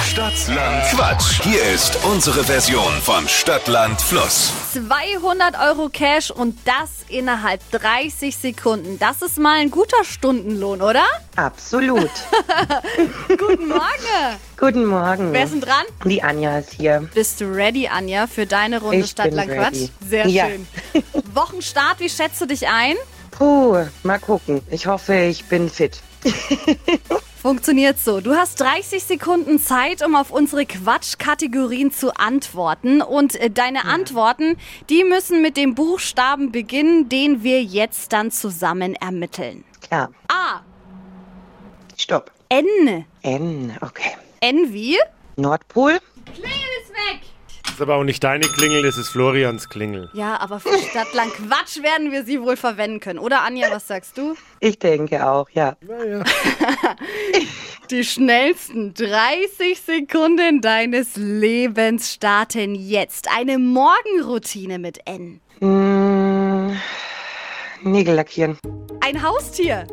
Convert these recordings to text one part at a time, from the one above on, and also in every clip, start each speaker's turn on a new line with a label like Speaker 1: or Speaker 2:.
Speaker 1: Stadtland Quatsch. Hier ist unsere Version von Stadtland Fluss.
Speaker 2: 200 Euro Cash und das innerhalb 30 Sekunden. Das ist mal ein guter Stundenlohn, oder?
Speaker 3: Absolut.
Speaker 2: Guten Morgen.
Speaker 3: Guten Morgen.
Speaker 2: Wer ist denn dran?
Speaker 3: Die Anja ist hier.
Speaker 2: Bist du ready, Anja, für deine Runde
Speaker 3: Ich bin
Speaker 2: Stadtland Quatsch?
Speaker 3: ready.
Speaker 2: Sehr
Speaker 3: Ja.
Speaker 2: schön. Wochenstart, wie schätzt du dich ein?
Speaker 3: Puh, mal gucken. Ich hoffe, ich bin fit.
Speaker 2: Funktioniert so. Du hast 30 Sekunden Zeit, um auf unsere Quatschkategorien zu antworten. Und äh, deine Antworten, die müssen mit dem Buchstaben beginnen, den wir jetzt dann zusammen ermitteln.
Speaker 3: Klar.
Speaker 2: A.
Speaker 3: Stopp.
Speaker 2: N.
Speaker 3: N, okay.
Speaker 2: N wie?
Speaker 3: Nordpol?
Speaker 2: Klingel ist weg.
Speaker 4: Das ist aber auch nicht deine Klingel, das ist Florians Klingel.
Speaker 2: Ja, aber für Stadtlang Quatsch werden wir sie wohl verwenden können. Oder Anja, was sagst du?
Speaker 3: Ich denke auch, ja.
Speaker 2: Die schnellsten 30 Sekunden deines Lebens starten jetzt. Eine Morgenroutine mit N.
Speaker 3: Hm, Nägel lackieren.
Speaker 2: Ein Haustier.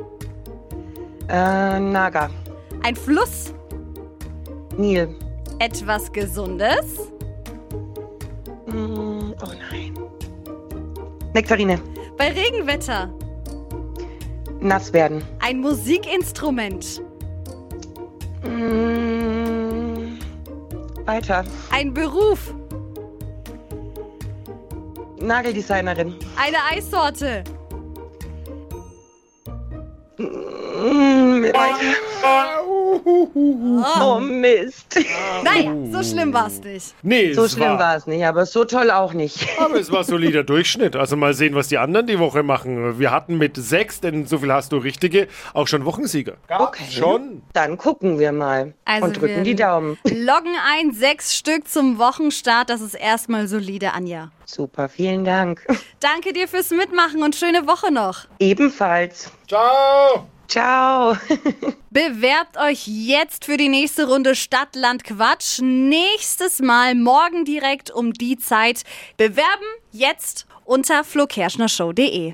Speaker 3: Äh, Naga.
Speaker 2: Ein Fluss.
Speaker 3: Nil.
Speaker 2: Etwas Gesundes.
Speaker 3: Hm, oh nein. Nektarine.
Speaker 2: Bei Regenwetter.
Speaker 3: Nass werden.
Speaker 2: Ein Musikinstrument.
Speaker 3: Hm, weiter.
Speaker 2: Ein Beruf.
Speaker 3: Nageldesignerin.
Speaker 2: Eine Eissorte.
Speaker 3: Hm, weiter. Oh
Speaker 4: Hm.
Speaker 3: Mist.
Speaker 2: Naja,
Speaker 3: Oh.
Speaker 2: so schlimm war es nicht.
Speaker 4: Nee,
Speaker 3: So
Speaker 4: es
Speaker 3: schlimm war es nicht, aber so toll auch nicht.
Speaker 4: Aber es war solider Durchschnitt. Also mal sehen, was die anderen die Woche machen. Wir hatten mit sechs, denn so viel hast du richtige, auch schon Wochensieger.
Speaker 3: Okay.
Speaker 4: Schon.
Speaker 3: Dann gucken wir mal und drücken
Speaker 2: Also wir
Speaker 3: die Daumen.
Speaker 2: Loggen ein, sechs Stück zum Wochenstart. Das ist erstmal solide, Anja.
Speaker 3: Super, vielen Dank.
Speaker 2: Danke dir fürs Mitmachen und schöne Woche noch.
Speaker 3: Ebenfalls.
Speaker 4: Ciao.
Speaker 3: Ciao.
Speaker 2: Bewerbt euch jetzt für die nächste Runde Stadtland Quatsch. Nächstes Mal morgen direkt um die Zeit. Bewerben jetzt unter flokerschnershow.de.